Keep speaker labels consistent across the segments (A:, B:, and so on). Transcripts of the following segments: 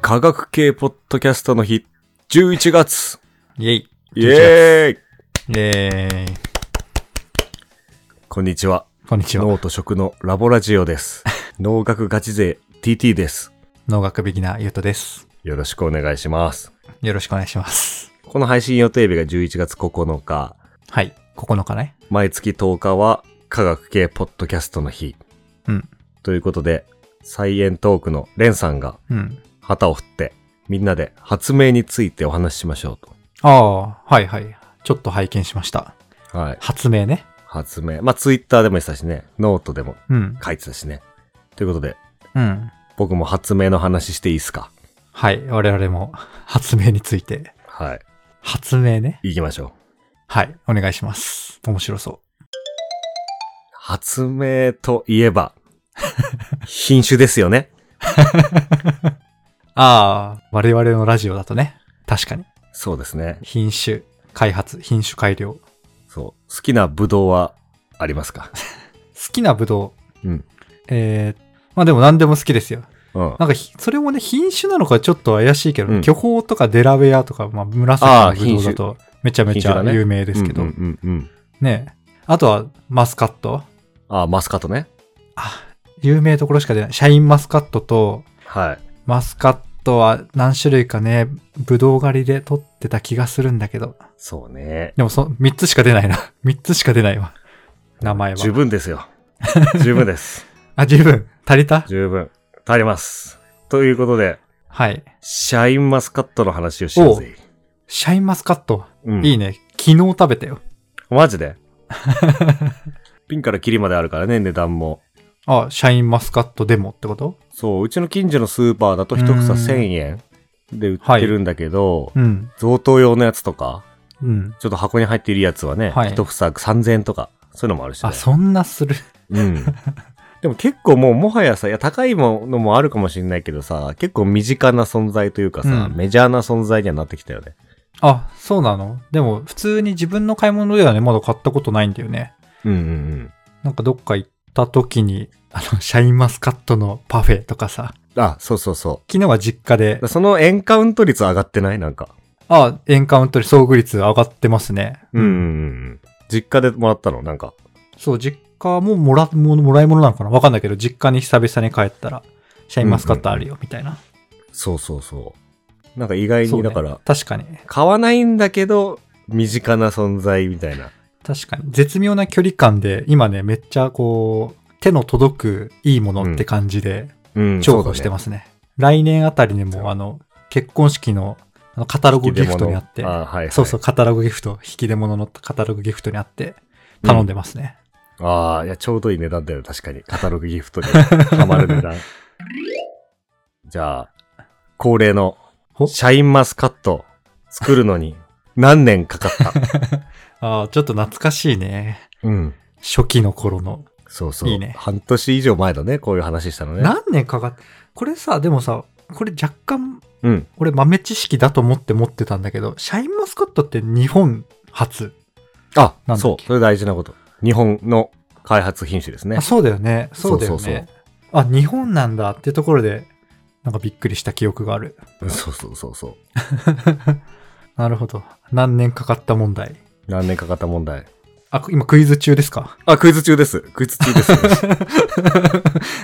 A: 科学系ポッドキャストの日、11月。
B: イェイ。
A: イェーイ
B: イェーイ。
A: こんにちは。
B: こんにちは。
A: 脳と食のラボラジオ です。農学ガチ勢 TT です。
B: 農学ビギナーゆうとです。
A: よろしくお願いします。
B: よろしくお願いします。
A: この配信予定日が11月9日。
B: はい。9日ね。
A: 毎月10日は科学系ポッドキャストの日。
B: うん。
A: ということで、サイエントークのレンさんが
B: うん。
A: 旗を振って、みんなで発明についてお話ししましょう
B: ああ、はいはい。ちょっと拝見しました。
A: と。はい。
B: 発明ね。
A: 発明。まあ、ツイッターでも言ってたしね。ノートでも
B: うん。
A: 書いてたしね。ということで、
B: うん。
A: 僕も発明の話していいですか
B: はい。我々も発明について。
A: は
B: 発明ね。
A: い。行きましょう。
B: はい。お願いします。面白そ
A: 発明といえば、 品種ですよね。
B: う。ああ、我々のラジオだとね。確かに。
A: そうですね。
B: 品種、開発、品種改良。好
A: そう。好きなブドウはあります か
B: きなブドウ。
A: うん。
B: えー、まあでも何でも好きですよ。
A: うん。
B: なんかひ、それもね、品種なのかちょっと怪しいけど、
A: うん
B: 巨峰とかデラウェアとか、まあ、
A: あー
B: 紫のブドウだと、めちゃめち
A: 品
B: ゃ
A: 種だね
B: 有名ですけど、
A: うん
B: ね
A: うんうんうん。
B: あとは、マスカット。
A: あ、マスカットね。
B: あ、有名どころしか出ない。シャインマスカットと、
A: はい。
B: マスカットは何種類かね、ブドウ狩りで取ってた気がするんだけど。
A: そうね。
B: でもそ、3つしか出ないな。3つし か出ないわ。名前は。
A: 十分ですよ。 十分です。
B: あ、十分。足りた
A: 十分。足ります。ということで、
B: はい。
A: シャインマスカットの話をしようぜ。
B: シャインマスカット。
A: うん。
B: いいね。昨日食べたよ。
A: マジで ピンからキリまであるからね、値段も。
B: あ、シャインマスカットでもってこと
A: そう、うちの近所のスーパーだと一房1000円で売ってるんだけど、
B: うん。
A: 贈答用のやつとか、
B: うん。
A: ちょっと箱に入っているやつはね、
B: はい
A: 一房3000円とか、そういうのもあるしね。
B: あ、そんなする。
A: うん。でも結構もうもはやさ、いや高いものもあるかもしれないけどさ、結構身近な存在というかさ、
B: うん
A: メジャーな存在にはなってきたよね。
B: あ、そうなのでも、普通に自分の買い物ではね、まだ買ったことないんだよね。
A: うんうんうん。
B: なんかどっか行った時に、あの、シャインマスカットのパフェとかさ、
A: あ、そうそうそ
B: 昨日は実家で
A: う。、そのエンカウント率上がってないなんか。
B: あ、エンカウントに遭遇率上がってますね。
A: うんうんうん。実家でもらったのなんか。
B: そう、実家ももら、ももらい物なのかなわかんないけど、実家に久々に帰ったら、シャインマスカットあるよ、みたいな。
A: そうそうそう。なんか意外
B: そ
A: に、
B: うね
A: だから、
B: 確かに。
A: 買わないんだけど、身近な存在みたいな。
B: 確かに。絶妙な距離感で、今ね、めっちゃこう、手の届くいいものって感じで、
A: うん。
B: 重宝してますすね。来年あたりに
A: そう
B: も、あの、結婚式のあのカタログギフトにあって、
A: あはい、はい。
B: そうそう、カタログギフト、引き出物のカタログギフトにあって、頼んでますね。
A: ああ、いや、ちょうどいい値段だよ、確かに。カタログギフトにハマる値段。 じゃあ、恒例の
B: ほ
A: シャインマスカット作るのに何年かか った
B: ああ、ちょっと懐かしいね。
A: うん。
B: 初期の頃の。
A: そうそう。
B: いいね
A: 半年以上前だね、こういう話したのね。
B: 何年かかっこれさ、でもさ、これ若干、
A: うん。
B: 俺豆知識だと思って持ってたんだけど、シャインマスカットって日本初。
A: あ
B: なんだっ、け
A: そう。それ大事なこと。日本の開発品種ですね
B: あ。そうだよね。そうだよね。
A: そうそう
B: あ、日本なんだってところで、なんかびっくりした記憶がある。
A: そうそうそうそう。
B: なるほど。何年かかった問題。
A: 何年かかった問題。
B: あ、今クイズ中ですか
A: あ、クイズ中です。クイズ中です。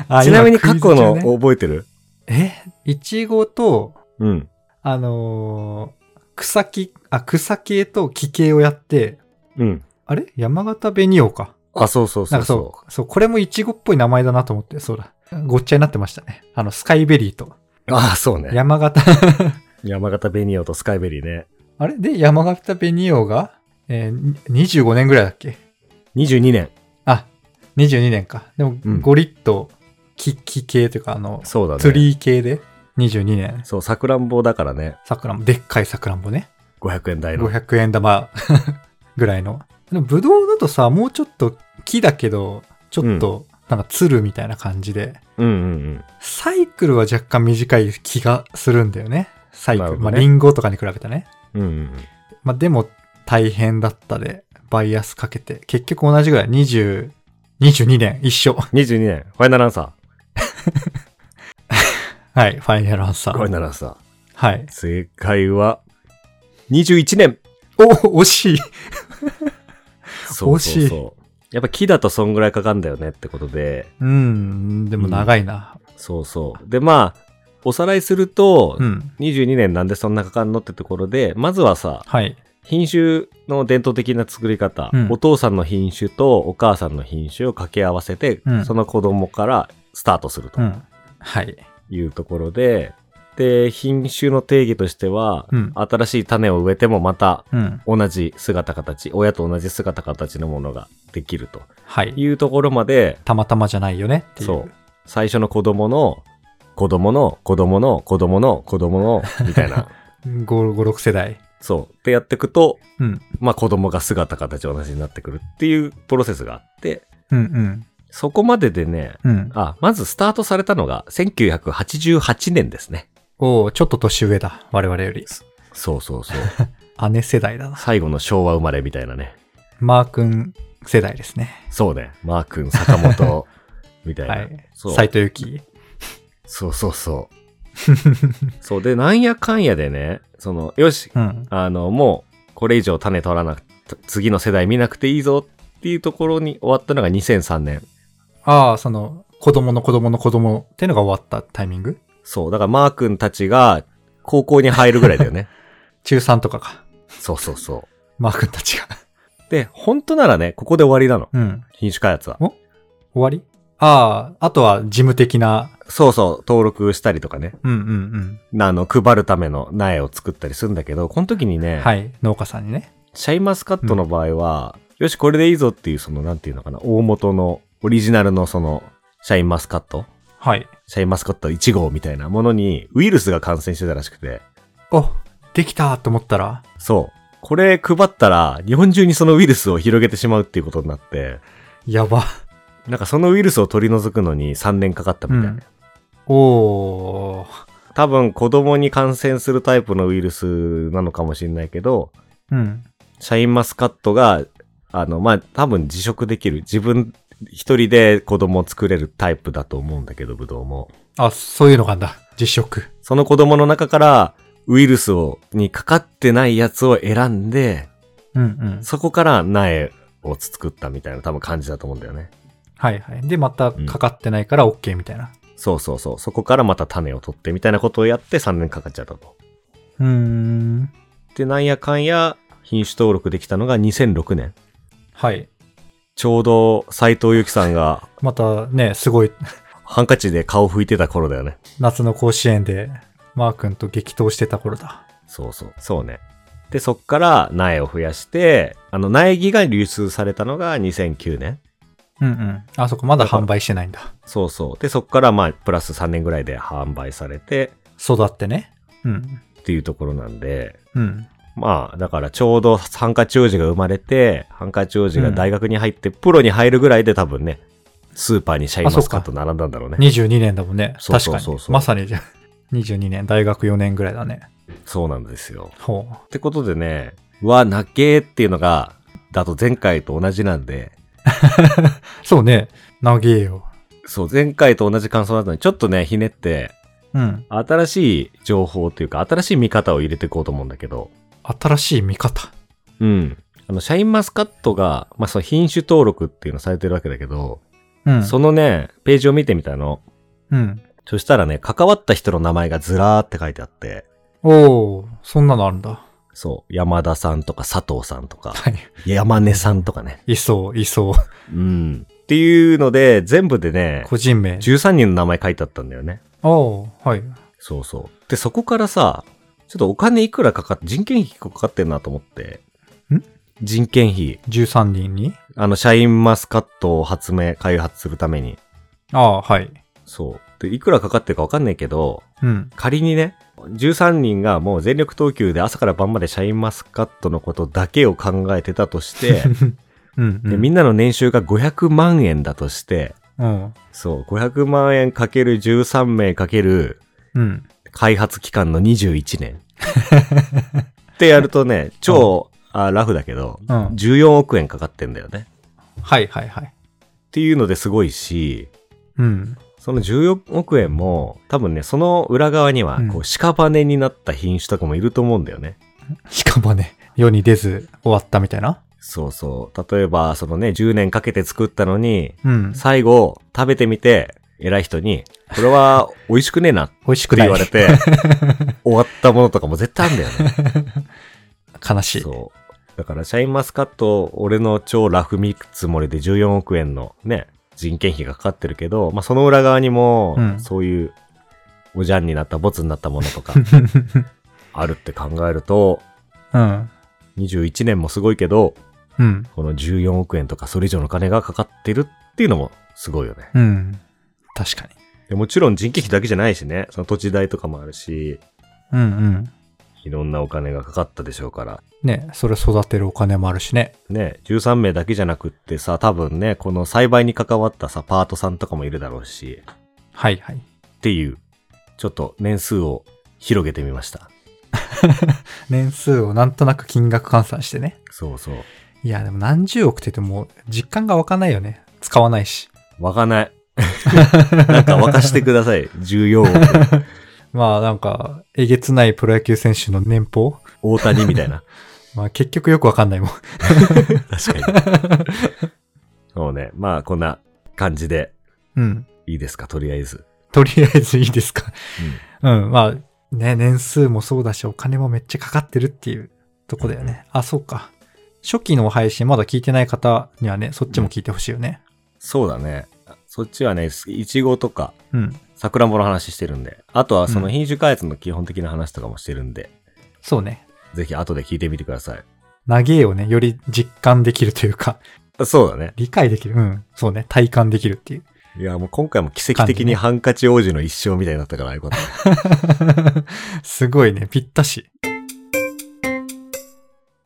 B: あ
A: ちなみに
B: 今ク
A: 過去
B: イズ中
A: の
B: ね
A: 覚えてる
B: え、いちごと、
A: うん。
B: あのー草木、あ、草系と木系をやって、
A: うん。
B: あれ山形紅王か。
A: あ、そうそう
B: な
A: そう
B: んか
A: そ
B: そう、そう、これもいちごっぽい名前だなと思って、そうだ。ごっちゃになってましたね。あの、スカイベリーと、
A: う。ああ、そうね。
B: 山形、
A: 山形紅王とスカイベリーね。
B: あれで、山形紅王が、えーに25年ぐらいだっけ
A: 22年。
B: あ、22年か。でも
A: うん、
B: ゴリッと木、木系というか、あの、
A: そうだね。
B: ツリー系で22年。
A: そう、さくらんぼだからね。
B: 桜も、でっかい桜んぼね。
A: 500円台の。
B: 500円玉 ぐらいの。でも、ぶどうだとさ、もうちょっと木だけど、ちょっと、なんか、つるみたいな感じで、
A: うんうん
B: サイクルは若干短い気がするんだよね。サイク
A: な
B: ル。
A: るほど
B: ま
A: ね
B: あ、リンゴとかに比べてね。
A: うん。うんうん
B: まあ、でも、大変だったで、バイアスかけて、結局同じぐらい、20、22年、一緒。
A: う ん、22年、ファイナルアンサ
B: はい、ファイナルアンサ
A: これ
B: ー。
A: ならさ、
B: はい。
A: 正解は、21年
B: お、惜しい。
A: そうそう
B: 惜し
A: そう。やっぱ木だとそんぐらいかかんだよねってことで、
B: うん、でも長いな。
A: そうそう。で、まあ、おさらいすると、
B: うん。
A: 22年なんでそんなかかんのってところで、まずはさ、
B: はい。
A: 品種の伝統的な作り方、
B: うん
A: お父さんの品種とお母さんの品種を掛け合わせて、
B: うん
A: その子供からスタートすると
B: うん。はい。
A: いうところで、で、品種の定義としては、
B: うん
A: 新しい種を植えてもまた
B: うん。
A: 同じ姿形、親と同じ姿形のものができると
B: はい。
A: いうところまで、
B: たまたまじゃないよねっていう。
A: そう。最初の子供の、子供の、子供の、子供の、子供の、みたい な。
B: 5、5、6世代。
A: そう。ってやっていくと、
B: うん。
A: まあ子供が姿形同じになってくるっていうプロセスがあって、
B: うん
A: そこまででね、
B: うん。うん。
A: あ、まずスタートされたのが1988年ですね。
B: おおちょっと年上だ。我々より。
A: そうそうそう。
B: 姉世代だな。
A: 最後の昭和生まれみたいなね。
B: マー君世代ですね。
A: そうね。マー君、坂 本、みたいな。
B: はい。
A: そう
B: 斎藤由貴。
A: そうそうそう。 そうで、なんやかんやでね、その、よし、
B: うん。
A: あの、もう、これ以上種取らなく、次の世代見なくていいぞっていうところに終わったのが2003年。
B: ああ、その、子供の子供の子供っていうのが終わったタイミング
A: そう。だから、マー君たちが高校に入るぐらいだよ ね。
B: 中3とかか。
A: そうそうそ
B: マー君たちが。
A: う。で、本当ならね、ここで終わりなの。
B: うん。
A: 品種開発は。
B: 終わりああ、あとは事務的な。
A: そうそう、登録したりとかね。
B: うんうん
A: あの、配るための苗を作ったりするんだけど、この時に
B: う
A: ね、
B: ん。はい。農家さんにね。
A: シャインマスカットの場合は、よし、これでいいぞっていう、その、なんていうのかな、大元の、オリジナルのその、シャインマスカット
B: はい。
A: シャインマスカット1号みたいなものに、ウイルスが感染してたらしくて、
B: お、できたと思ったら、
A: そう。これ配ったら、日本中にそのウイルスを広げてしまうっていうことになって、
B: やば。
A: なんかそのウイルスを取り除くのに3年かかったみたいな。
B: うんおー。
A: 多分子供に感染するタイプのウイルスなのかもしれないけど、
B: うん。
A: シャインマスカットが、あの、まあ、多分自食できる。自分一人で子供を作れるタイプだと思うんだけど、ブドウも。
B: あ、そういうのがあんだ。実食。
A: その子供の中から、ウイルスを、にかかってないやつを選んで、
B: うんうん。
A: そこから苗を作ったみたいな多分感じだと思うんだよね。
B: はいはい。で、またかかってないから OK みたいな。
A: そうそうそう。そこからまた種を取ってみたいなことをやって3年かかっちゃったと。
B: うーん。
A: で、なんやかんや品種登録できたのが2006年。
B: はい。
A: ちょうど斎藤由貴さんが
B: またね、すごい、
A: ハンカチで顔拭いてた頃だよね。
B: 夏の甲子園で、マー君と激闘してた頃だ。
A: そうそう。そうね。で、そっから苗を増やして、あの苗木が流通されたのが2009年。
B: うんうん。あ、そこまだ販売してないんだ。
A: そうそう。で、そっからまあ、プラス3年ぐらいで販売されて
B: 育ってね。うん。
A: っていうところなんで、
B: うん。
A: まあ、だからちょうどハンカチ王子が生まれて、ハンカチ王子が大学に入って、プロに入るぐらいで多分ね、スーパーにシャインマスカット並んだんだろうね。
B: 22年だもんね。
A: そう
B: 確
A: そう
B: か
A: そう
B: に
A: そう。
B: まさ にじゃあ22年、大学4年ぐらいだね。
A: そうなんですよ。
B: ほう。
A: ってことでね、うわ、なけーっていうのが、だと前回と同じなんで、
B: そうね。長えよ。
A: そう、前回と同じ感想だったのに、ちょっとね、ひねって、
B: うん。
A: 新しい情報というか、新しい見方を入れていこうと思うんだけど、
B: 新しい見方。
A: うん。あの、シャインマスカットが、まあ、その品種登録っていうのされてるわけだけど、
B: うん。
A: そのね、ページを見てみたの。
B: うん。
A: そしたらね、関わった人の名前がずらーって書いてあって、
B: おー、そんなのあるんだ。
A: そう、山田さんとか佐藤さんとか、
B: はい。
A: 山根さんとかね。
B: いそう、いそう。
A: うん。っていうので、全部でね、
B: 個人名。
A: 13人の名前書いてあったんだよね。
B: おー、はい。
A: そうそう。で、そこからさ、ちょっとお金いくらかかっ人件費かかってんなと思って。
B: ん
A: 人件費。
B: 13人に
A: あの、シャインマスカットを発明、開発するために。
B: ああー、はい。
A: そう。で、いくらかかってるかわかんないけど、
B: うん。
A: 仮にね、13人がもう全力投球で朝から晩までシャインマスカットのことだけを考えてたとして、
B: うん、うん。
A: で、みんなの年収が500万円だとして、
B: うん。
A: そう、500万円かける13名かける
B: うん。
A: 開発期間の21年。ってやるとね、超、あラフだけど、
B: うん。
A: 14億円かかってんだよね。
B: はいはいはい。
A: っていうのですごいし、
B: うん。
A: その14億円も、多分ね、その裏側には
B: うん、
A: こう、屍になった品種とかもいると思うんだよね。
B: しかもね、世に出ず終わったみたいな。
A: そうそう。例えば、そのね、10年かけて作ったのに、
B: うん。
A: 最後、食べてみて、偉い人に、これは美味しくねえなって
B: 美味しくない
A: 言われ て、終わったものとかも絶対あるんだよね。
B: 悲しい。
A: そう。だから、シャインマスカット、俺の超ラフ見積もりで14億円のね、人件費がかかってるけど、まあ、その裏側にも
B: う、ん
A: そういう、おじゃんになった、ボツになったものと か、あるって考えると、
B: うん。
A: 21年もすごいけど、
B: うん。
A: この14億円とかそれ以上の金がかかってるっていうのもすごいよね。
B: うん。確かに。
A: でもちろん人件費だけじゃないしね、その土地代とかもあるし、
B: うんうん。
A: いろんなお金がかかったでしょうから。
B: ね、それ育てるお金もあるしね。
A: ね、13名だけじゃなくってさ、多分ね、この栽培に関わったさ、パートさんとかもいるだろうし、
B: はいはい。
A: っていう、ちょっと年数を広げてみました。
B: 年数をなんとなく金額換算してね。
A: そうそう。
B: いや、でも何十億って言っても実感が湧かないよね。使わないし。
A: 湧かない。 なんか沸かしてください。14億、
B: まあなんか、えげつないプロ野球選手の年俸
A: 大谷みたいな。
B: まあ結局よくわかんない もん。
A: 確かに。そうね。まあ、こんな感じで
B: うん。
A: いいですか、とりあえず。
B: とりあえずいいですか。うん。まあ、ね、年数もそうだし、お金もめっちゃかかってるっていうとこだよね。あ、そうか。初期の配信まだ聞いてない方にはね、そっちも聞いてほしいよね。
A: そうだね。そっちはね、いちごとか、
B: うん。
A: さくらんぼの話してるんで、あとはそうの
B: ん
A: 品種開発の基本的な話とかもしてるんで、
B: そうね。
A: ぜひ後で聞いてみてください。
B: 投げをね、より実感できるというか、
A: そうだね。
B: 理解できる。うん。そうね。体感できるっていう。
A: いや、もう今回も奇跡的にハンカチ王子の一生みたいになったから、ああいうこと。
B: すごいね。ぴったし。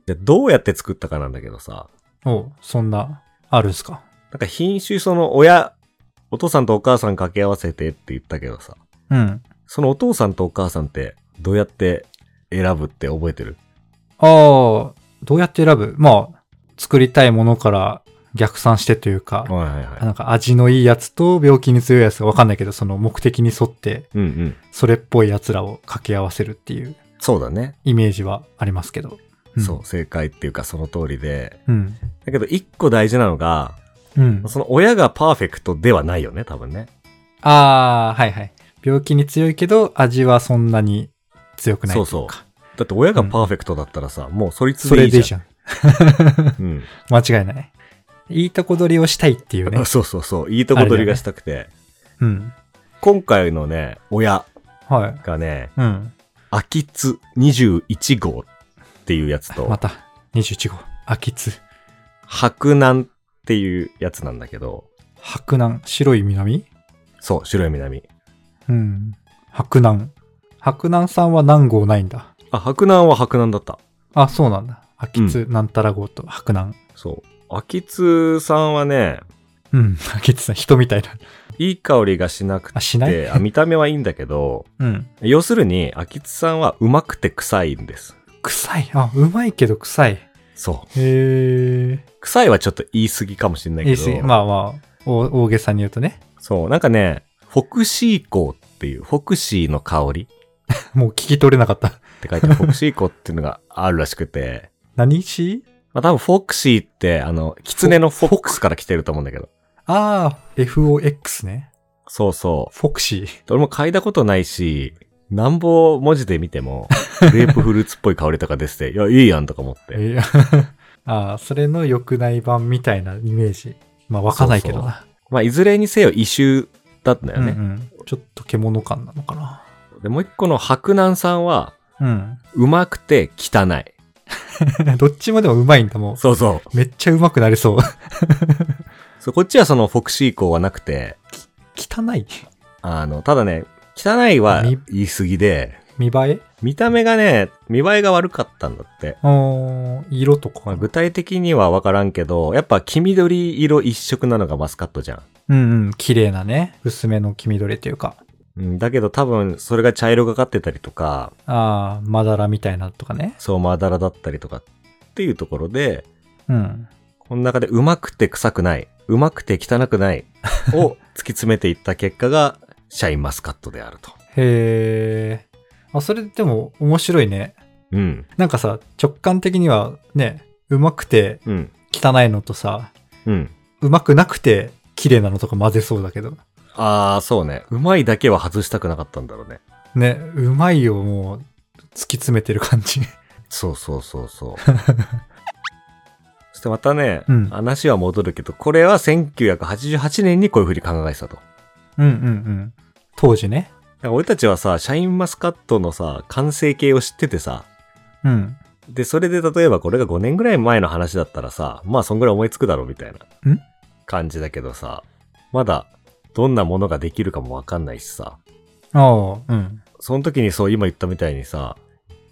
A: で、どうやって作ったかなんだけどさ、
B: おうそんな、あるんすか。
A: なんか品種その親、お父さんとお母さん掛け合わせてって言ったけどさ、
B: うん。
A: そのお父さんとお母さんってどうやって選ぶって覚えてる
B: ああ、どうやって選ぶまあ、作りたいものから逆算してというか、
A: はいはいはい。
B: なんか味のいいやつと病気に強いやつがわかんないけど、その目的に沿って、
A: うんうん。
B: それっぽいやつらを掛け合わせるっていう
A: そうだね。
B: イメージはありますけど。ん
A: そう、正解っていうかその通りで。
B: うん。
A: だけど一個大事なのが、
B: うん。
A: その親がパーフェクトではないよね、多分ね。
B: ああ、はいはい。病気に強いけど、味はそんなに強くないというか。
A: そうだって親がパーフェクトだったらさ、もうそいつ
B: そ
A: でい
B: れ
A: い
B: で
A: じ
B: い
A: ゃ
B: い
A: ん。
B: じゃん。
A: うん。。
B: 間違いない。いいとこ取りをしたいっていうね
A: そうそうそう、いいとこ取りがしたくて。
B: うん。
A: 今回のね、親
B: はい。
A: がね、
B: うん。
A: 秋津21号っていうやつ
B: ま
A: と、
B: た、21号。秋津。
A: 白南っていうやつなんだけど、
B: 白南。白い南
A: そう、白い南。
B: うん。白南。白南さんは何号ないんだ。
A: あ、白南は白南だった。
B: あ、そうなんだ。秋津、なんたら号と白南。
A: そう。秋津さんはね、
B: うん。秋津さん、人みたいな。
A: いい香りがしなく
B: あ、しない
A: て、あ見た目はいいんだけど、
B: うん。
A: 要するに、秋津さんはうまくて臭いんです。
B: 臭い。あ、うまいけど臭い。へ
A: そ
B: え。
A: う。臭いはちょっと言い過ぎかもしれない
B: い
A: け
B: い
A: ど。
B: すまあまあ、お大げさに言うとね。
A: そう。なんかね、フォクシー香っていう、フォクシーの香り
B: もう聞き取れなかった。
A: って書いてあ る、フォクシー香っていうのがあるらしくて、
B: 何し
A: まあ多分フォクシーって、あの、キツネのフォックスから来てると思うんだけど。
B: ああ、FOX ね。
A: そうそ
B: フォクシー。
A: う。俺も嗅いだことないし、なんぼ文字で見て も、グレープフルーツっぽい香りとか出てて、いや、いいやんとか思って。
B: えー ああ、それの良くない版みたいなイメージ。まあ、わかんないけどな。
A: まあ、いずれにせよ異臭だったんだよね。
B: うんうんちょっと獣感なのかな。
A: で、もう一個の白南さんは、
B: うん。
A: うまくて汚い。
B: どっちもでもうまいんだもん。
A: そうそう。
B: めっちゃうまくなりそう。
A: そうこっちはそのフォクシー香はなくて、
B: 汚い
A: あの、ただね、汚いは
B: み
A: 言い過ぎで、
B: 見栄え
A: 見た目がね、見栄えが悪かったんだって。
B: ああ、色と
A: ま
B: か。
A: あ、具体的にはわからんけど、やっぱ黄緑色一色なのがマスカットじゃん。
B: うんうん。綺麗なね。薄めの黄緑というか。
A: うん、だけど多分それが茶色がかってたりとか、
B: ああ、まだらみたいなとかね。
A: そうまだらだったりとかっていうところで、
B: うん。
A: この中でうまくて臭くない、うまくて汚くないを突き詰めていった結果が、シャインマスカットであると。
B: へえ。あ、それでも面白いね。
A: うん。
B: なんかさ、直感的にはね、うまくて
A: うん。
B: 汚いのとさ、
A: うん。
B: うまくなくて綺麗なのとか混ぜそうだけど。
A: ああ、そうね。うまいだけは外したくなかったんだろうね。
B: ね、うまいよ、もう、突き詰めてる感じ。
A: そうそうそうそう。そしてまたね、
B: うん
A: 話は戻るけど、これは1988年にこういう風に考えてたと。だか
B: うんうんうん。当時ね。
A: ら俺たちはさ、シャインマスカットのさ、完成形を知っててさ、
B: うん。
A: で、それで例えばこれが5年ぐらい前の話だったらさ、まあそんぐらい思いつくだろうみたいなん感じだけどさ、まだどんなものができるかもわかんないしさ、
B: ああ、うん。
A: その時にそう今言ったみたいにさ、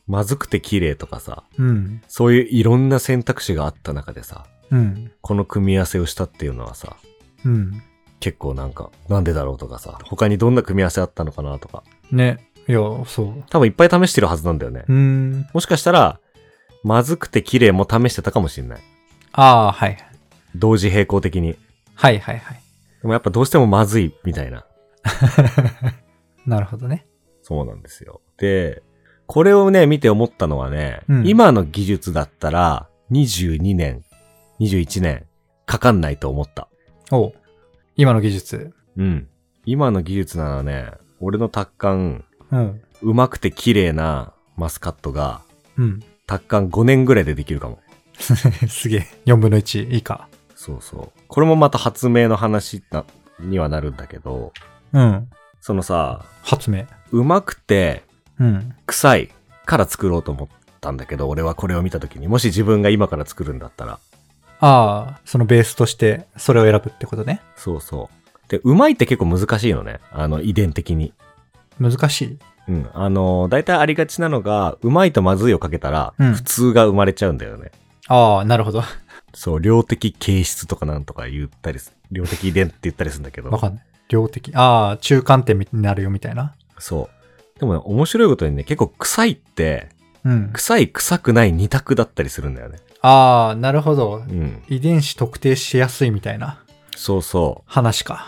A: まずくて綺麗とかさ、
B: うん。
A: そういういろんな選択肢があった中でさ、
B: うん。
A: この組み合わせをしたっていうのはさ、
B: うん。
A: 結構なんか、なんでだろうとかさ、他にどんな組み合わせあったのかなとか、
B: ね。いや、そう。
A: 多分いっぱい試してるはずなんだよね
B: う。ーん。
A: もしかしたら、まずくて綺麗も試してたかもしれない。
B: ああ、はい。
A: 同時並行的に。
B: はいはいはい。
A: でもやっぱどうしてもまずいみたいな。
B: なるほどね。
A: そうなんですよ。で、これをね、見て思ったのはね、
B: うん
A: 今の技術だったら、22年、21年、かかんないと思った。
B: おう今の技術。
A: うん。今の技術ならね、俺の達観、
B: うん。
A: うまくて綺麗なマスカットが、
B: うん。
A: 達観5年ぐらいでできるかも。
B: すげえ。4分の1以下。
A: そうそう。これもまた発明の話なにはなるんだけど、
B: うん。
A: そのさ、
B: 発明。
A: うまくて
B: うん。
A: 臭いから作ろうと思ったんだけど、俺はこれを見た時に、もし自分が今から作るんだったら。
B: ああ、そのベースとして、それを選ぶってことね。
A: そうそう。で、うまいって結構難しいのね。あの、遺伝的に。
B: 難しい。
A: うん。あの、大体ありがちなのが、うまいとまずいをかけたら、
B: うん
A: 普通が生まれちゃうんだよね。
B: ああ、なるほど。
A: そう、量的形質とかなんとか言ったりす、量的遺伝って言ったりするんだけど。
B: わかんない。量的。ああ、中間点になるよみたいな。
A: そう。でもね、面白いことにね、結構臭いって、
B: うん。
A: 臭い臭くない二択だったりするんだよね。
B: ああ、なるほど
A: う。ん。
B: 遺伝子特定しやすいみたいな
A: そうそ
B: 話か。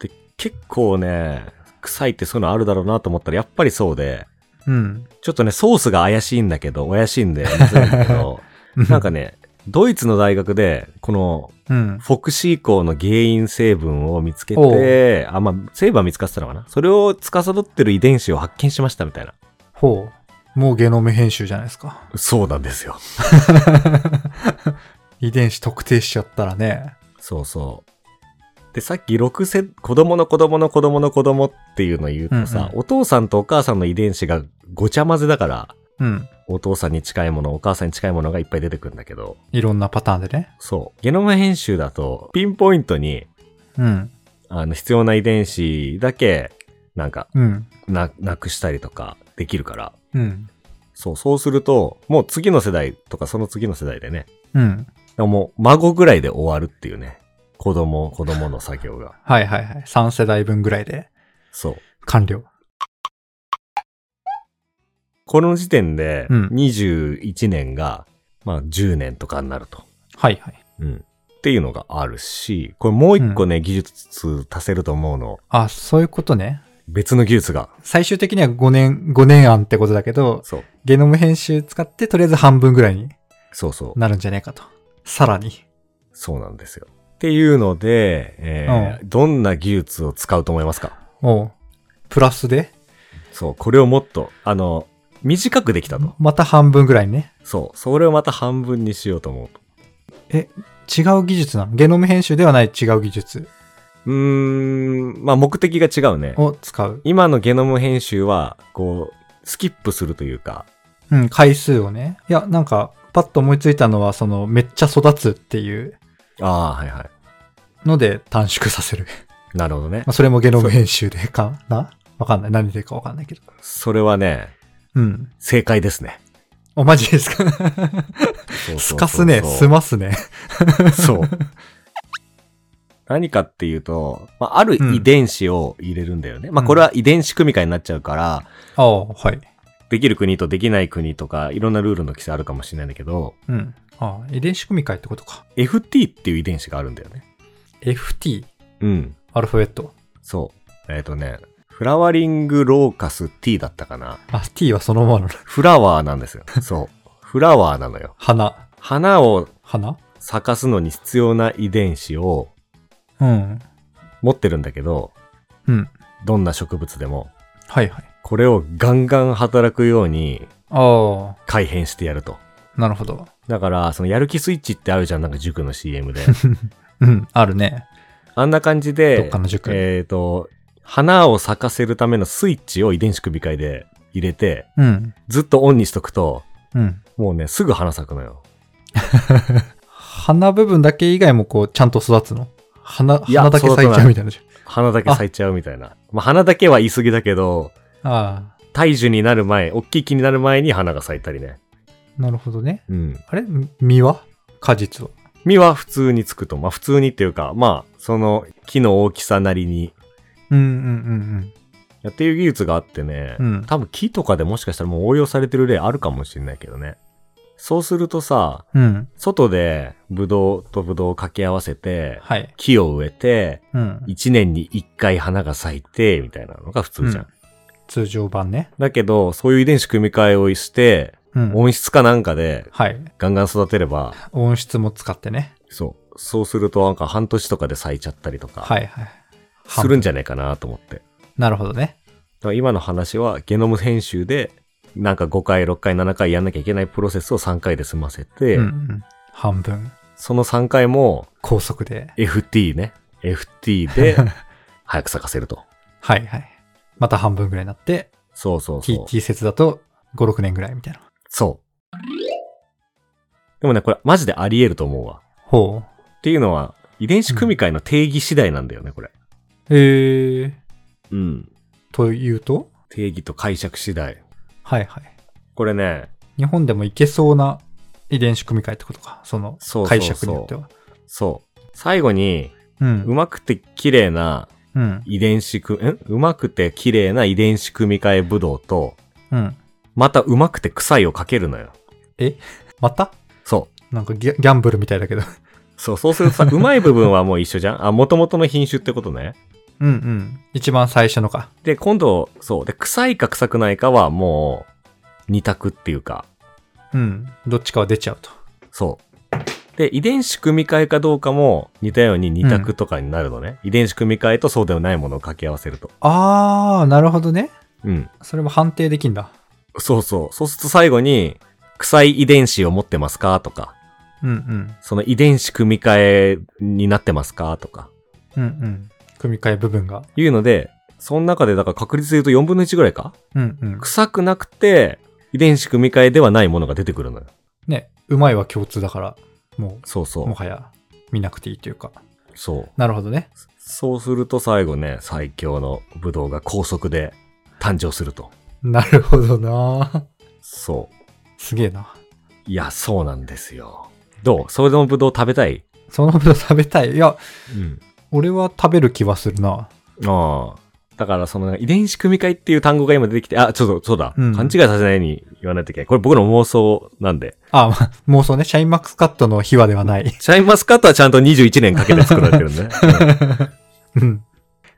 A: う。で、結構ね、臭いってそういうのあるだろうなと思ったら、やっぱりそうで、
B: うん。
A: ちょっとね、ソースが怪しいんだけど、怪しいんで、むずいんだけ ど、なんかね、ドイツの大学で、この、
B: うん。
A: フォクシーコーの原因成分を見つけ
B: お
A: て、あ、まあ、成分は見つかってたのかなそれを司ってる遺伝子を発見しましたみたいな。
B: ほう。もうゲノム編集じゃないですか。
A: そうなんですよ。
B: 遺伝子特定しちゃったらね。
A: そうそう。で、さっき6世、子供の子供の子供の子供っていうのを言うとさ、
B: うんう
A: お父さんとお母さんの遺伝子がごちゃ混ぜだから、
B: うん。
A: お父さんに近いもの、お母さんに近いものがいっぱい出てくるんだけど、
B: いろんなパターンでね。
A: そう。ゲノム編集だと、ピンポイントに、
B: うん。
A: あの、必要な遺伝子だけ、なんか、
B: うん。
A: な、なくしたりとかできるから、
B: うん。
A: そう、そうすると、もう次の世代とかその次の世代でね、
B: うん。
A: でももう孫ぐらいで終わるっていうね、子供、子供の作業が。
B: はいはいはい。3世代分ぐらいで
A: そう。
B: 完了。
A: この時点で、
B: うん
A: 21年が、まあ10年とかになると。
B: はいはい。
A: うん。っていうのがあるし、これもう一個ね、技術足せると思うの、
B: あ、そういうことね。
A: 別の技術が。
B: 最終的には5年、5年案ってことだけど、
A: そう。
B: ゲノム編集使ってとりあえず半分ぐらいに
A: そうそう。
B: なるんじゃねえかと。さらに。
A: そうなんですよ。っていうので、えーどんな技術を使うと思いますか
B: おうプラスで、
A: そう、これをもっと、あの、短くできたと。
B: また半分ぐらいね。
A: そう、それをまた半分にしようと思うと。
B: 違う技術なのゲノム編集ではない違う技術
A: うーん、まあ目的が違うね。
B: を使う。
A: 今のゲノム編集は、こう、スキップするというか、
B: うん、回数をね。いや、なんか、パッと思いついたのは、その、めっちゃ育つっていう
A: ああ、はいは
B: ので短縮させる。
A: い。なるほどね
B: まあ、。それもゲノム編集でかなわかんない。何でかわかんないけど。
A: それはね、
B: うん。
A: 正解ですね。
B: お、マジです
A: そ
B: か
A: うそうそうそう
B: すかすね。すますね。
A: そう。何かっていうと、まあ、ある遺伝子を入れるんだよね。まあ、これは遺伝子組み換えになっちゃうから、
B: ああ、はい。
A: できる国とできない国とか、いろんなルールの規制あるかもしれないんだけど、
B: うん。ああ、遺伝子組み換えってことか。
A: FT っていう遺伝子があるんだよね。
B: FT、
A: うん。
B: アルファベット。
A: そう。えっ、とね、フラワリングローカス T だったかな。
B: あ、T はそのままの
A: フラワーなんですよ。そう。フラワーなのよ。
B: 花。
A: 花を
B: 花
A: 咲かすのに必要な遺伝子を
B: うん。
A: 持ってるんだけど、
B: うん。
A: どんな植物でも、
B: はいはい。
A: これをガンガン働くように
B: あ
A: 改変してやると。
B: あ、なるほど。
A: だから、そのやる気スイッチってあるじゃん、なんか塾の CM で。
B: うん、あるね。
A: あんな感じで、
B: どっかの塾
A: えっ、と、花を咲かせるためのスイッチを遺伝子組み換えで入れて、
B: うん。
A: ずっとオンにしとくと、
B: うん。
A: もうね、すぐ花咲くのよ。
B: 花部分だけ以外もこう、ちゃんと育つの花、
A: いや
B: 花だけ咲いちゃうみたいなじ
A: 花だけ咲いちゃうみたいな。まあ、花だけは言い過ぎだけど、
B: ゃん。あ
A: 大樹になる前、大きい木になる前に花が咲いたりね。
B: あ、なるほどね。
A: うん。
B: あれみ実は果実は。
A: 実は普通につくと。まあ普通にっていうか、まあ、その木の大きさなりに。
B: うんうん
A: やっていう技術があってね、
B: うん
A: 多分木とかでもしかしたらもう応用されてる例あるかもしれないけどね。そうするとさ、
B: うんうん。うん。
A: 外でブドウとブドウを掛け合わせて、
B: はい。
A: 木を植えて、
B: うん。
A: 1年に1回花が咲いて、みたいなのが普通じゃん。
B: うん通常版ね。
A: だけど、そういう遺伝子組み換えをして、
B: うん。
A: 温室かなんかで
B: はい。
A: ガンガン育てれば、
B: 音質も使ってね。
A: そう。そうするとなんか半年とかで咲いちゃったりとか、
B: はいはい。
A: するんじゃないかなと思って。
B: なるほどね。
A: だから今の話はゲノム編集で、なんか5回、6回、7回やんなきゃいけないプロセスを3回で済ませて、
B: うんうん。半分。
A: その3回も
B: 高速で。
A: FT ね。FT で早く咲かせると。
B: はいはい。また半分ぐらいになって、
A: そうそうそう。
B: TT 節だと5、6年ぐらいみたいな。
A: そう。でもね、これマジであり得ると思うわ。
B: ほ
A: っていうのは、遺伝子組み換えの定義次第なんだよね、これ。
B: う。えー、
A: うん。
B: というと
A: 定義と解釈次第。
B: はいはい。
A: これね、
B: 日本でもいけそうな遺伝子組み換えってことか。その
A: そうそうそう
B: 解釈によっては。
A: そう。最後に、
B: う。
A: うんまくて綺麗な
B: うん。
A: 遺伝子く、んうまくて綺麗な遺伝子組み換えブドウと、
B: うん。
A: またうまくて臭いをかけるのよ。
B: また
A: そう。
B: なんかギャギャンブルみたいだけど。
A: そう、そうするとさ、うまい部分はもう一緒じゃんあ、元々の品種ってことね。
B: うんうん。一番最初のか。
A: で、今度、そう。で、臭いか臭くないかはもう、二択っていうか、
B: うん。どっちかは出ちゃうと。
A: そう。で、遺伝子組み換えかどうかも似たように二択とかになるのね。遺伝子組み換えとそうではないものを掛け合わせると。
B: あー、なるほどね。
A: うん。
B: それも判定できんだ。
A: そうそう。そうすると最後に、臭い遺伝子を持ってますかとか、
B: うんうん。
A: その遺伝子組み換えになってますかとか、
B: うんうん。組み換え部分が。
A: いうので、その中でだから確率で言うと4分の1ぐらいか
B: うんうん。
A: 臭くなくて、遺伝子組み換えではないものが出てくるのよ。
B: ね、うまいは共通だから、も、
A: そうそうう
B: も。はや見なくていいというか。
A: そう。
B: なるほどね。
A: そうすると最後ね、最強のブドウが高速で誕生すると。
B: なるほどな
A: そう。
B: すげえな。
A: いや、そうなんですよ。どうそれでもブドウ食べたい
B: そのぶどう食べたい。いや、
A: うん。
B: 俺は食べる気はするな。
A: ああ。だから、その、遺伝子組み換えっていう単語が今出てきて、あ、ちょっと、そうだ。
B: うん
A: 勘違いさせないように言わないといけない。これ僕の妄想なんで。
B: あ、 まあ、妄想ね。シャインマックスカットの秘話ではない。
A: シャインマスカットはちゃんと21年かけて作られてるね。うん
B: うん。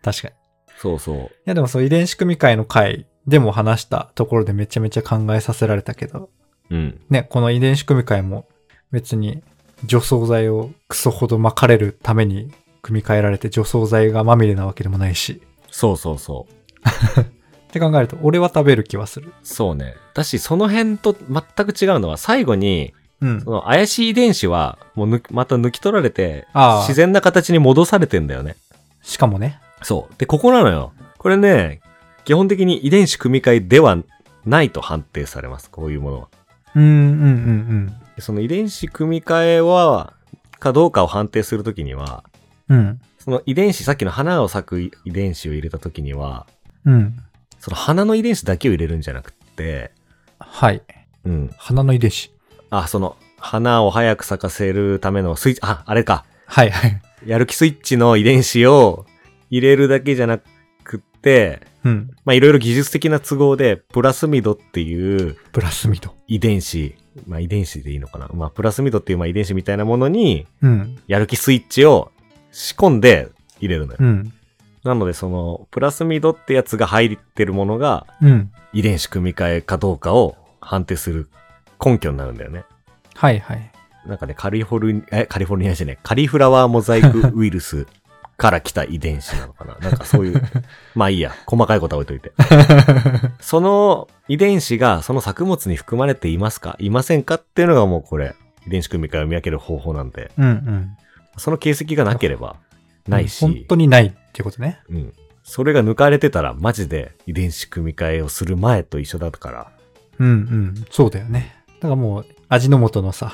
B: 確かに。い
A: そうそう。
B: や、でもそう、遺伝子組み換えの回でも話したところでめちゃめちゃ考えさせられたけど、
A: うん。
B: ね、この遺伝子組み換えも別に除草剤をクソほど巻かれるために組み換えられて除草剤がまみれなわけでもないし。
A: そうそうそう。
B: って考えると、俺は食べる気はする。
A: そうね。だし、その辺と全く違うのは、最後に、
B: うん
A: そ。の怪しい遺伝子は、もう抜きまた抜き取られて
B: ああ、
A: 自然な形に戻されてんだよね。
B: しかもね。
A: そう。で、ここなのよ。これね、基本的に遺伝子組み換えではないと判定されます。こういうものは。
B: うんうんうん
A: でその遺伝子組み換えは、かどうかを判定するときには、
B: うん。うん。
A: その遺伝子、さっきの花を咲く遺伝子を入れたときには、
B: うん。
A: その花の遺伝子だけを入れるんじゃなくって、
B: はい。
A: うん。
B: 花の遺伝子。
A: あ、その、花を早く咲かせるためのスイッチ、あ、あれか。
B: はいはい。
A: やる気スイッチの遺伝子を入れるだけじゃなくって、
B: うん。
A: まあ、いろいろ技術的な都合で、プラスミドっていう、
B: プラスミド。
A: 遺伝子、まあ、遺伝子でいいのかな、まあ、プラスミドっていうまあ遺伝子みたいなものに、
B: うん。
A: やる気スイッチを仕込んで入れるのよ。
B: うん。
A: なので、その、プラスミドってやつが入ってるものが、
B: うん。
A: 遺伝子組み換えかどうかを判定する根拠になるんだよね。
B: はいはい。
A: なんかね、カリフォルニア、えカリフォルニアじゃねえカリフラワーモザイクウイルスから来た遺伝子なのかななんかそう いう、まあいいや、細かいことは置いといて。その遺伝子がその作物に含まれていますかいませんかっていうのがもうこれ、遺伝子組み換えを見分ける方法なんで、
B: うんうん。
A: その形跡がなければないし、
B: 本当にないってことね。
A: うん。それが抜かれてたらマジで遺伝子組み換えをする前と一緒だから、
B: うんうん。そうだよね。だからもう、味の素のさ、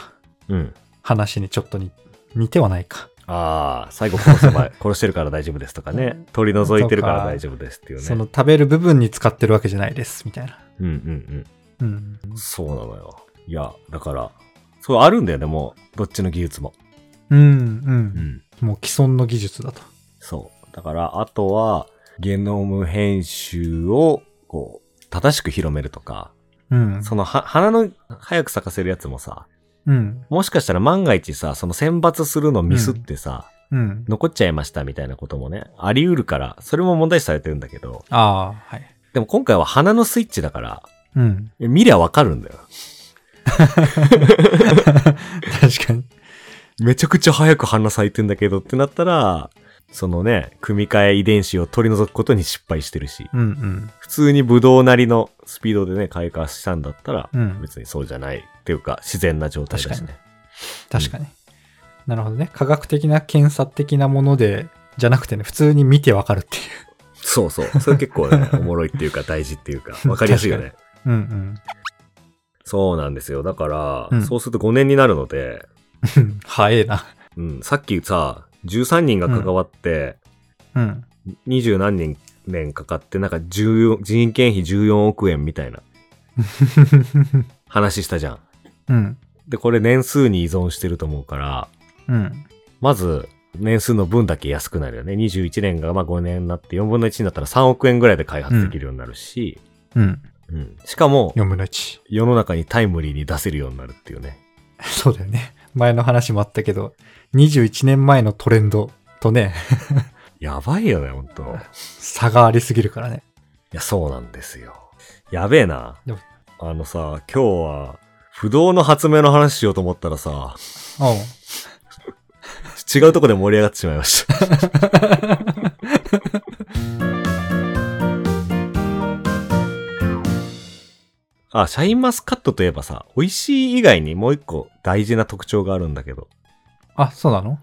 A: うん。
B: 話にちょっとに似てはないか。
A: ああ、最後殺せば、 殺してるから大丈夫ですとかね、取り除いてるから大丈夫ですっていうね。
B: その食べる部分に使ってるわけじゃないです、みたいな。
A: うんうん
B: うん。
A: うん。そうなのよ。いや、だから、そうあるんだよね、もう、どっちの技術も。
B: うんうん。
A: ん。
B: もう既存の技術だと。
A: そう。だから、あとは、ゲノム編集を、こう、正しく広めるとか、
B: うん。
A: その、は、花の早く咲かせるやつもさ、
B: うん。
A: もしかしたら万が一さ、その選抜するのミスってさ、
B: うん。
A: 残っちゃいましたみたいなこともね、あり得るから、それも問題視されてるんだけど、
B: ああ、はい。
A: でも今回は花のスイッチだから、
B: うん。
A: 見りゃわかるんだよ。
B: 確かに。
A: めちゃくちゃ早く花咲いてんだけどってなったら、そのね、組み換え遺伝子を取り除くことに失敗してるし、
B: うんうん。
A: 普通にブドウなりのスピードでね、開花したんだったら、
B: うん。
A: 別にそうじゃないっていうか、自然な状態だしね。
B: 確かに。なるほどね。科学的な検査的なもので、じゃなくてね、普通に見てわかるっていう。
A: そうそう。それ結構 ね、おもろいっていうか大事っていうか、わかりやすいよね。
B: うんうん
A: そうなんですよ。だから、
B: うん
A: そうすると5年になるので、
B: うん。早えな。
A: うん、さっきさ、13人が関わって、
B: うん。
A: 二十何人年かかって、なんか14人件費14億円みたいな話したじゃん。
B: うん。
A: で、これ年数に依存してると思うから、
B: うん。
A: まず、年数の分だけ安くなるよね。21年がまあ5年になって4分の1になったら3億円ぐらいで開発できるようになるし、
B: うん。
A: うんしかも、
B: 4分の1。
A: 世の中にタイムリーに出せるようになるっていうね。
B: そうだよね。前の話もあったけど、21年前のトレンドとね、
A: やばいよね、ほんと。い
B: 差がありすぎるからね。
A: や、そうなんですよ。やべえな
B: でも。
A: あのさ、今日は、不動の発明の話しようと思ったらさ、
B: おう
A: 違うとこで盛り上がってしまいま した。あ、シャインマスカットといえばさ、美味しい以外にもう一個大事な特徴があるんだけど。
B: あ、そうなの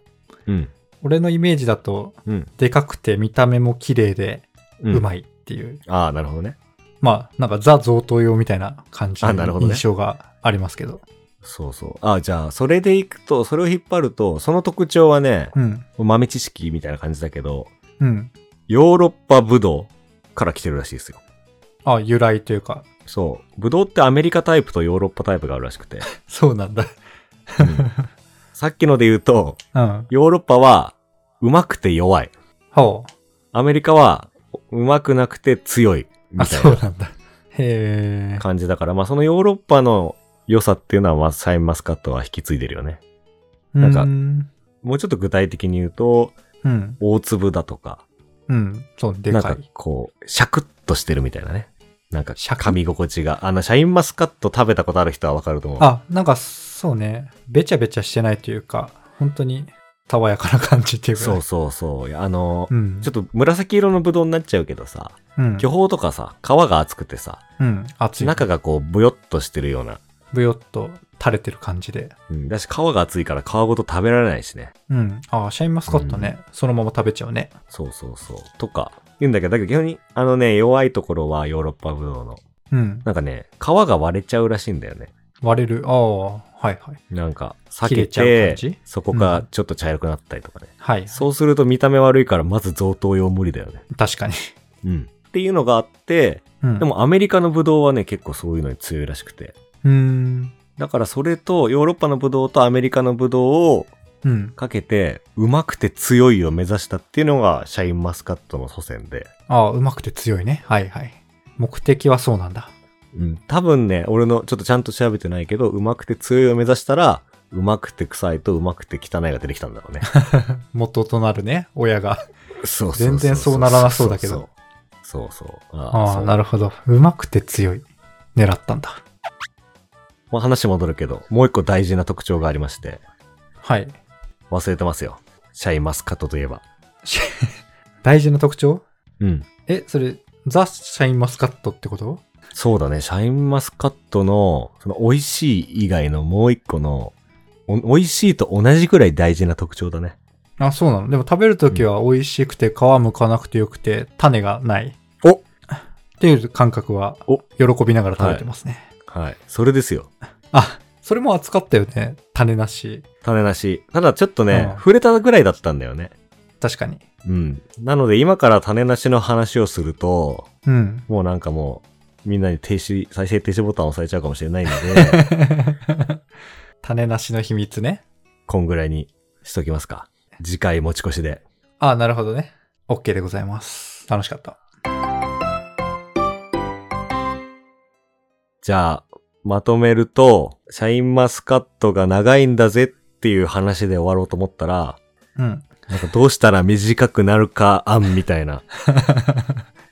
A: うん。
B: 俺のイメージだと、
A: うん。
B: でかくて見た目も綺麗で、
A: う。
B: うんまいっていう、
A: ああ、なるほどね。
B: まあ、なんかザ贈答用みたいな感じ
A: あなるほど
B: の
A: ね
B: 印象がありますけど。
A: そうそう。あじゃあ、それでいくと、それを引っ張ると、その特徴はね、
B: うん。
A: 豆知識みたいな感じだけど、
B: うん。
A: ヨーロッパブドウから来てるらしいですよ。
B: あ、由来というか、
A: そう。ブドウってアメリカタイプとヨーロッパタイプがあるらしくて。
B: そうなんだ。
A: さっきので言うと、
B: うん。
A: ヨーロッパは、うまくて弱い。
B: ほう。
A: アメリカは、うまくなくて強い。み
B: あ、
A: たい
B: そう
A: な
B: なんだ。へえ。
A: 感じだから、まあそのヨーロッパの良さっていうのは、まあ、シャインマスカットは引き継いでるよね。なんか
B: うん。
A: もうちょっと具体的に言うと、
B: うん。
A: 大粒だとか、
B: うん。そう、で
A: なん
B: か
A: か
B: い。
A: こう、シャクッとしてるみたいなね。なんか、
B: シャク
A: 噛み心地が。あの、シャインマスカット食べたことある人はわかると思う。
B: あ、なんか、そうね。べちゃべちゃしてないというか、本当に爽やかな感じっていうか。
A: そうそうそう。いやあの、
B: うん。
A: ちょっと紫色のブドウになっちゃうけどさ、
B: うん。
A: 巨峰とかさ、皮が厚くてさ、
B: うん。熱い。
A: 中がこう、ブヨッとしてるような
B: ぶよっと垂れてる感じで。
A: うん、だし皮が厚いから皮ごと食べられないしね。
B: うん。あーシャインマスカットね、そのまま食べちゃうね。
A: そうそうそう。とか、言うんだけど、だけど基本に、あのね、弱いところはヨーロッパブドウの。
B: うん。
A: なんかね、皮が割れちゃうらしいんだよね。
B: 割れる。ああ、はいはい。
A: なんか、裂け
B: 切れちゃう感
A: て
B: じ、
A: そこがちょっと茶色くなったりとかね。
B: はい。
A: そうすると見た目悪いから、まず贈答用無理だよね。
B: 確かに。
A: うん。っていうのがあって、
B: うん。
A: で、もアメリカのブドウはね、結構そういうのに強いらしくて。
B: うーん。
A: だからそれと、ヨーロッパのブドウとアメリカのブドウを
B: うん。
A: かけて、うまくて強いを目指したっていうのが、シャインマスカットの祖先で。
B: ああ、うまくて強いね。はいはい。目的はそうなんだ。
A: うん、多分ね、俺のちょっとちゃんと調べてないけど、うまくて強いを目指したら、うまくて臭いとうまくて汚いが出てきたんだろう ね。
B: 元となるね、親が。
A: そうそうそう
B: 全然そうならなそうだけど。
A: そうそう。
B: ああ、な
A: る
B: るほど。うまくて強い。狙ったんだ。
A: まあ、話戻るけど、もう一個大事な特徴がありまして、
B: はい。
A: 忘れてますよ。シャインマスカットといえば。
B: 大事な特徴
A: うん。
B: え、それ、ザ・シャインマスカットってこと
A: そうだね。シャインマスカットの、その美味しい以外のもう一個の、お美味しいと同じくらい大事な特徴だね。
B: あ、そうなのでも食べるときは美味しくて、皮むかなくてよくて、種がない。
A: お
B: っていう感覚は
A: お、
B: 喜びながら食べてますね。
A: はい。それですよ。
B: あ、それも扱ったよね。種なし。
A: 種なし。ただちょっとね
B: う、ん
A: 触れたぐらいだったんだよね。
B: 確かに。
A: うん。なので今から種なしの話をすると、
B: うん。
A: もうなんかもう、みんなに停止、再生停止ボタンを押されちゃうかもしれないの で、
B: 種なしの秘密ね。
A: こんぐらいにしときますか。次回持ち越しで。
B: あ、なるほどね。OK でございます。楽しかった。
A: じゃあ、まとめると、シャインマスカットが長いんだぜっていう話で終わろうと思ったら、
B: うん。
A: なんかどうしたら短くなるか案みたいな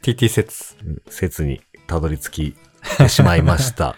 B: TT 説。
A: うん説にたどり着きてしまいました。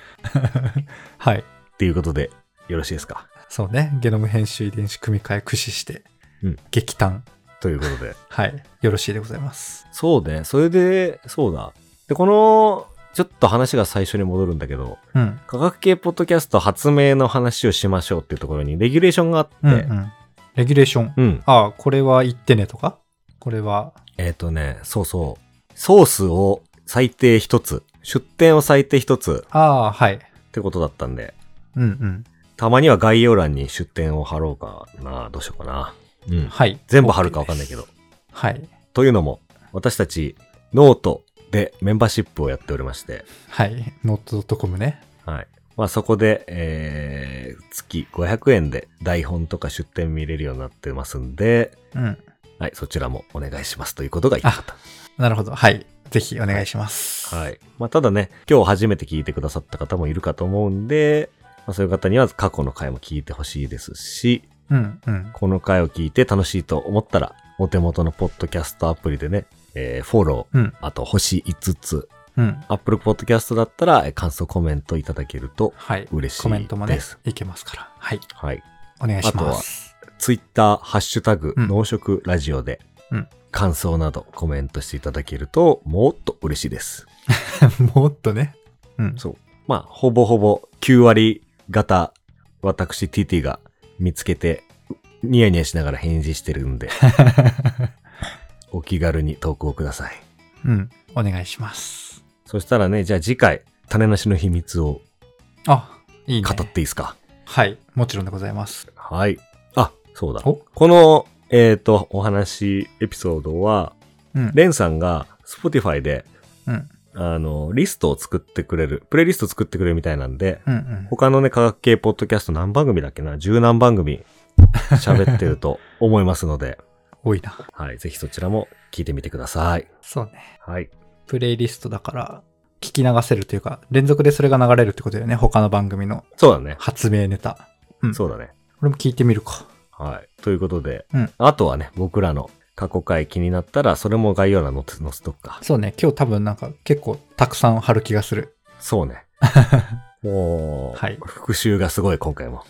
B: はい。
A: っていうことで、よろしいですか
B: そうね。ゲノム編集遺伝子組み換え駆使して、
A: うん
B: 撃退。
A: ということで。
B: はい。よろしいでございます。
A: そうね。それで、そうだ。で、この、ちょっと話が最初に戻るんだけど、
B: うん。
A: 科学系ポッドキャスト発明の話をしましょうっていうところにレギュレーションがあって、
B: うん、うん。レギュレーション。
A: うん
B: ああ、これは言ってねとかこれは、
A: えっ、とね、そうそう。ソースを最低一つ、出店を最低一つ
B: ああ、はい。
A: ってことだったんで、
B: うんうん。
A: たまには概要欄に出店を貼ろうかな、どうしようかな。うん。
B: はい。
A: 全部貼るかわかんないけど。
B: はい。
A: というのも、私たち、ノートでメンバーシップをやっておりまして、
B: はい。not.com ね。
A: はい。まあそこで、えー、月500円で台本とか出店見れるようになってますんで、
B: うん。
A: はい、そちらもお願いしますということが言いたかっ
B: なるほど。はい。ぜひお願いします。
A: た。はい。まあ、ただね、今日初めて聞いてくださった方もいるかと思うんで、まあ、そういう方には過去の回も聞いてほしいですし、
B: うんうん。
A: この回を聞いて楽しいと思ったら、お手元のポッドキャストアプリでね、えーフォロー、
B: うん
A: あと星5つ、
B: うん。
A: Apple Podcast だったらえー感想コメントいただけると
B: はい。
A: 嬉しいです。
B: コメントもね、いけますから。はい。
A: はい。
B: お願いします。
A: ツイッター、ハッシュタグ、
B: うん
A: 農食ラジオで、
B: うん
A: 感想などコメントしていただけると、もっと嬉しいです。
B: もっとね。うん。
A: そう。まあ、ほぼほぼ9割型、私 TT が見つけて、ニヤニヤしながら返事してるん で、お気軽に投稿ください。
B: うん。お願いします。
A: そしたらね、じゃあ次回、種なしの秘密を
B: あ、いいね。
A: 語っていいですか。
B: はい。もちろんでございます。
A: はい。あ、そうだ。
B: お
A: この、えっ、と、お話、エピソードは、
B: うん。
A: レンさんが Spotify で、
B: うん。
A: あの、リストを作ってくれる、プレイリスト作ってくれるみたいなんで、
B: うんうん。
A: 他のね、科学系ポッドキャスト何番組だっけな十何番組喋ってると思いますので、
B: 多いな。
A: はい、ぜひそちらも聞いてみてください。
B: そうね。
A: はい。
B: プレイリストだから、聞き流せるというか、連続でそれが流れるってことだよね。他の番組の
A: そうだね。
B: 発明ネタ。うん。。
A: そううだね。
B: 俺も聞いてみるか。
A: はい。ということで、
B: うん
A: あとはね、僕らの過去回気になったら、それも概要欄に載せ載せとくか。
B: そうね。今日多分なんか結構たくさん貼る気がする。
A: そう ね。もう、
B: はい
A: 復習がすごい今回も。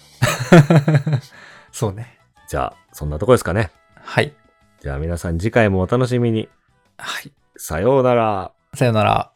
B: そうね。
A: じゃあ、そんなとこですかね。
B: はい。
A: じゃあ皆さん次回もお楽しみに。
B: はい。
A: さようなら。
B: さよなら。